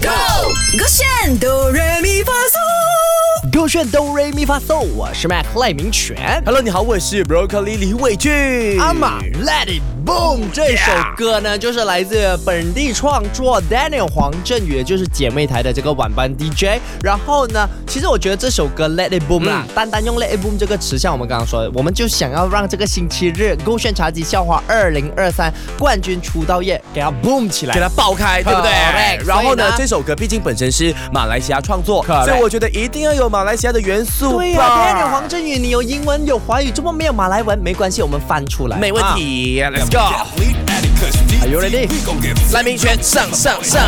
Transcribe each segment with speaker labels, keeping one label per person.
Speaker 1: Go，勾选哆来咪发嗦。
Speaker 2: 勾选哆瑞咪发嗦，我是 Mac 赖明全。
Speaker 3: Hello，你好，我是 Broccoli 李伟俊。
Speaker 2: 阿玛 Let It Boom 这首歌呢，就是来自本地创作 Daniel 黄振宇，也就是姐妹台的这个晚班 DJ。然后呢，其实我觉得这首歌 Let It Boom
Speaker 3: 嗯
Speaker 2: 啦，单单用 Let It Boom 这个词，像我们刚刚说的，我们就想要让这个星期日勾选茶几校花二零二三冠军出道夜给它 boom 起来，
Speaker 3: 给它爆开，对不对
Speaker 2: Correct，
Speaker 3: 然后
Speaker 2: 所以
Speaker 3: 呢
Speaker 2: 呢，
Speaker 3: 这首歌毕竟本身是马来西亚创作
Speaker 2: Correct
Speaker 3: 所以我觉得一定要有马来西亚的元素
Speaker 2: 对呀、
Speaker 3: 吧。
Speaker 2: d a n i e l 黄振宇，你有英文有华语，怎么没有马来文？没关系，我们翻出来，
Speaker 3: 没问题、l e t s go。
Speaker 2: Are you ready？
Speaker 3: 来明权上上上。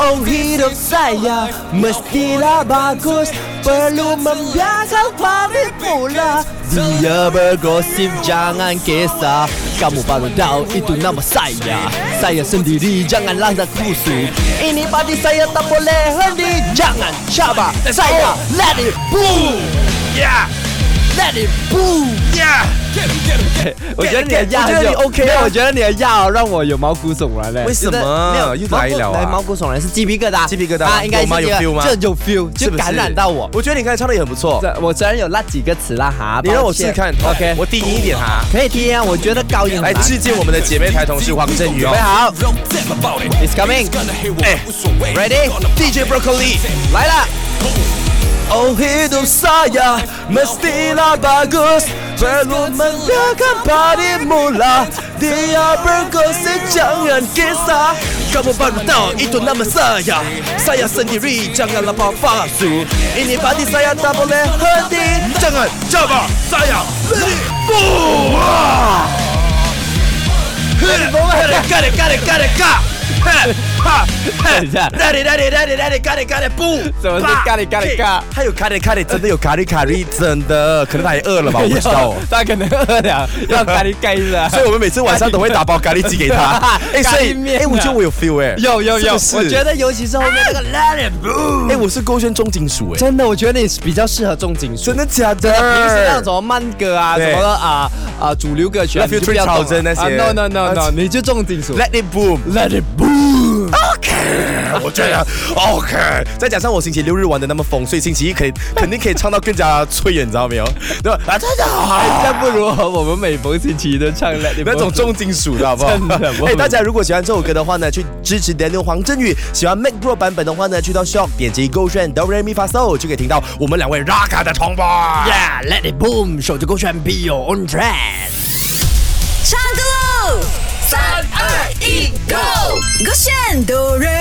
Speaker 2: Oh hidup saya mestilah bagus Perlu membiarkan pamit pula Dia bergosip jangan kisah Kamu baru tahu itu nama saya Saya sendiri jangan langgar kusut Ini parti saya tak boleh henti Jangan cabar saya Let it boom Let it boom 我觉得你的压
Speaker 3: 我觉得你 OK à? 啊
Speaker 2: 没有我觉得你的压让我有毛骨悚然嘞。
Speaker 3: 为什么
Speaker 2: 觉得没有
Speaker 3: 又来了
Speaker 2: 毛
Speaker 3: 啊
Speaker 2: 骨来毛骨悚然是鸡皮疙瘩，
Speaker 3: 鸡皮疙
Speaker 4: À,
Speaker 3: 瘩
Speaker 2: 啊，应该
Speaker 3: 有吗
Speaker 2: 是这个
Speaker 3: 有 feel 吗
Speaker 2: 这有 feel，
Speaker 3: 是
Speaker 2: 就
Speaker 3: 不是
Speaker 2: 感染到我。
Speaker 3: 我觉得你刚才唱的也很不错，
Speaker 4: Dạ,
Speaker 2: 这我虽然有那几个词啦哈，
Speaker 3: 你让我
Speaker 2: 抱
Speaker 3: 试
Speaker 2: 歉
Speaker 3: 试看。
Speaker 2: OK，
Speaker 3: 我低音一点哈。
Speaker 2: 可以听
Speaker 4: à,
Speaker 2: 啊，我觉得高音
Speaker 3: 来
Speaker 2: 很难。
Speaker 3: 致敬我们的姐妹台同事黄振宇哦
Speaker 2: 准备。好
Speaker 4: It's coming.
Speaker 3: 哎，Ready？DJ Broccoli 来了。Oh hidup saya mestilah bagus Perlu menjaga pada
Speaker 4: à,
Speaker 3: mula Dia bergosip jangan kisah Kamu baru tahu itu nama saya Saya sendiri janganlah bawa palsu Ini parti saya tak boleh henti Jangan coba saya Let it boom Let it boom Let it got it got it got it got it. Ha, ha.
Speaker 2: 等一下
Speaker 3: Let it let it let it let it got it got it boom
Speaker 2: 什么是
Speaker 3: 吧
Speaker 2: 咖喱咖喱咖
Speaker 3: 还有咖喱咖喱，真的有咖喱咖喱，真的，可能他也饿了吧，我不知道。
Speaker 2: 他可能饿了，要咖喱盖 了。。
Speaker 3: 所以我们每次晚上都会打包咖喱鸡给他 哎，所以
Speaker 2: 咖喱面啊
Speaker 3: 哎，我觉得我有 feel 哎，
Speaker 2: 有有有，
Speaker 3: 是啊
Speaker 2: 我
Speaker 3: 不
Speaker 2: 觉
Speaker 3: 是？
Speaker 2: 得尤其是后面那个 Let it boom，
Speaker 3: 哎，我是勾选重金属哎，
Speaker 2: 真的，我觉得你比较适合重金属
Speaker 3: 真。的假的？
Speaker 2: 平时那种什么慢歌啊，什
Speaker 3: 对
Speaker 2: 么啊啊主流歌曲啊，
Speaker 3: Love
Speaker 2: 你
Speaker 3: you
Speaker 2: 就不要动了
Speaker 3: 3000那些
Speaker 2: 啊 No no no
Speaker 3: 啊
Speaker 2: no，你就重金属。
Speaker 3: Let it boom，
Speaker 2: Let it boom。
Speaker 3: 我觉得 OK。再加上我星期六日玩的那么疯，所以星期一可以肯定可以唱到更加脆，你知道没有？对吧？啊，真的好。
Speaker 2: 那不如我们每逢星期一都唱 Let it
Speaker 3: 那
Speaker 2: boom
Speaker 3: 种重金属的好不好
Speaker 2: 真的 不？
Speaker 3: 哎，大家如果喜欢这首歌的话呢，去支持 Daniel 黄振宇；喜欢 Make Bro 版本的话呢，去到 Shop 点击勾选 Do Re Mi Fa So E 就可以听到我们两位 Raga 的重播。
Speaker 2: Yeah, let it boom，手机勾选 Be your own trend。
Speaker 1: 唱歌喽！三二一，Go！勾选哆来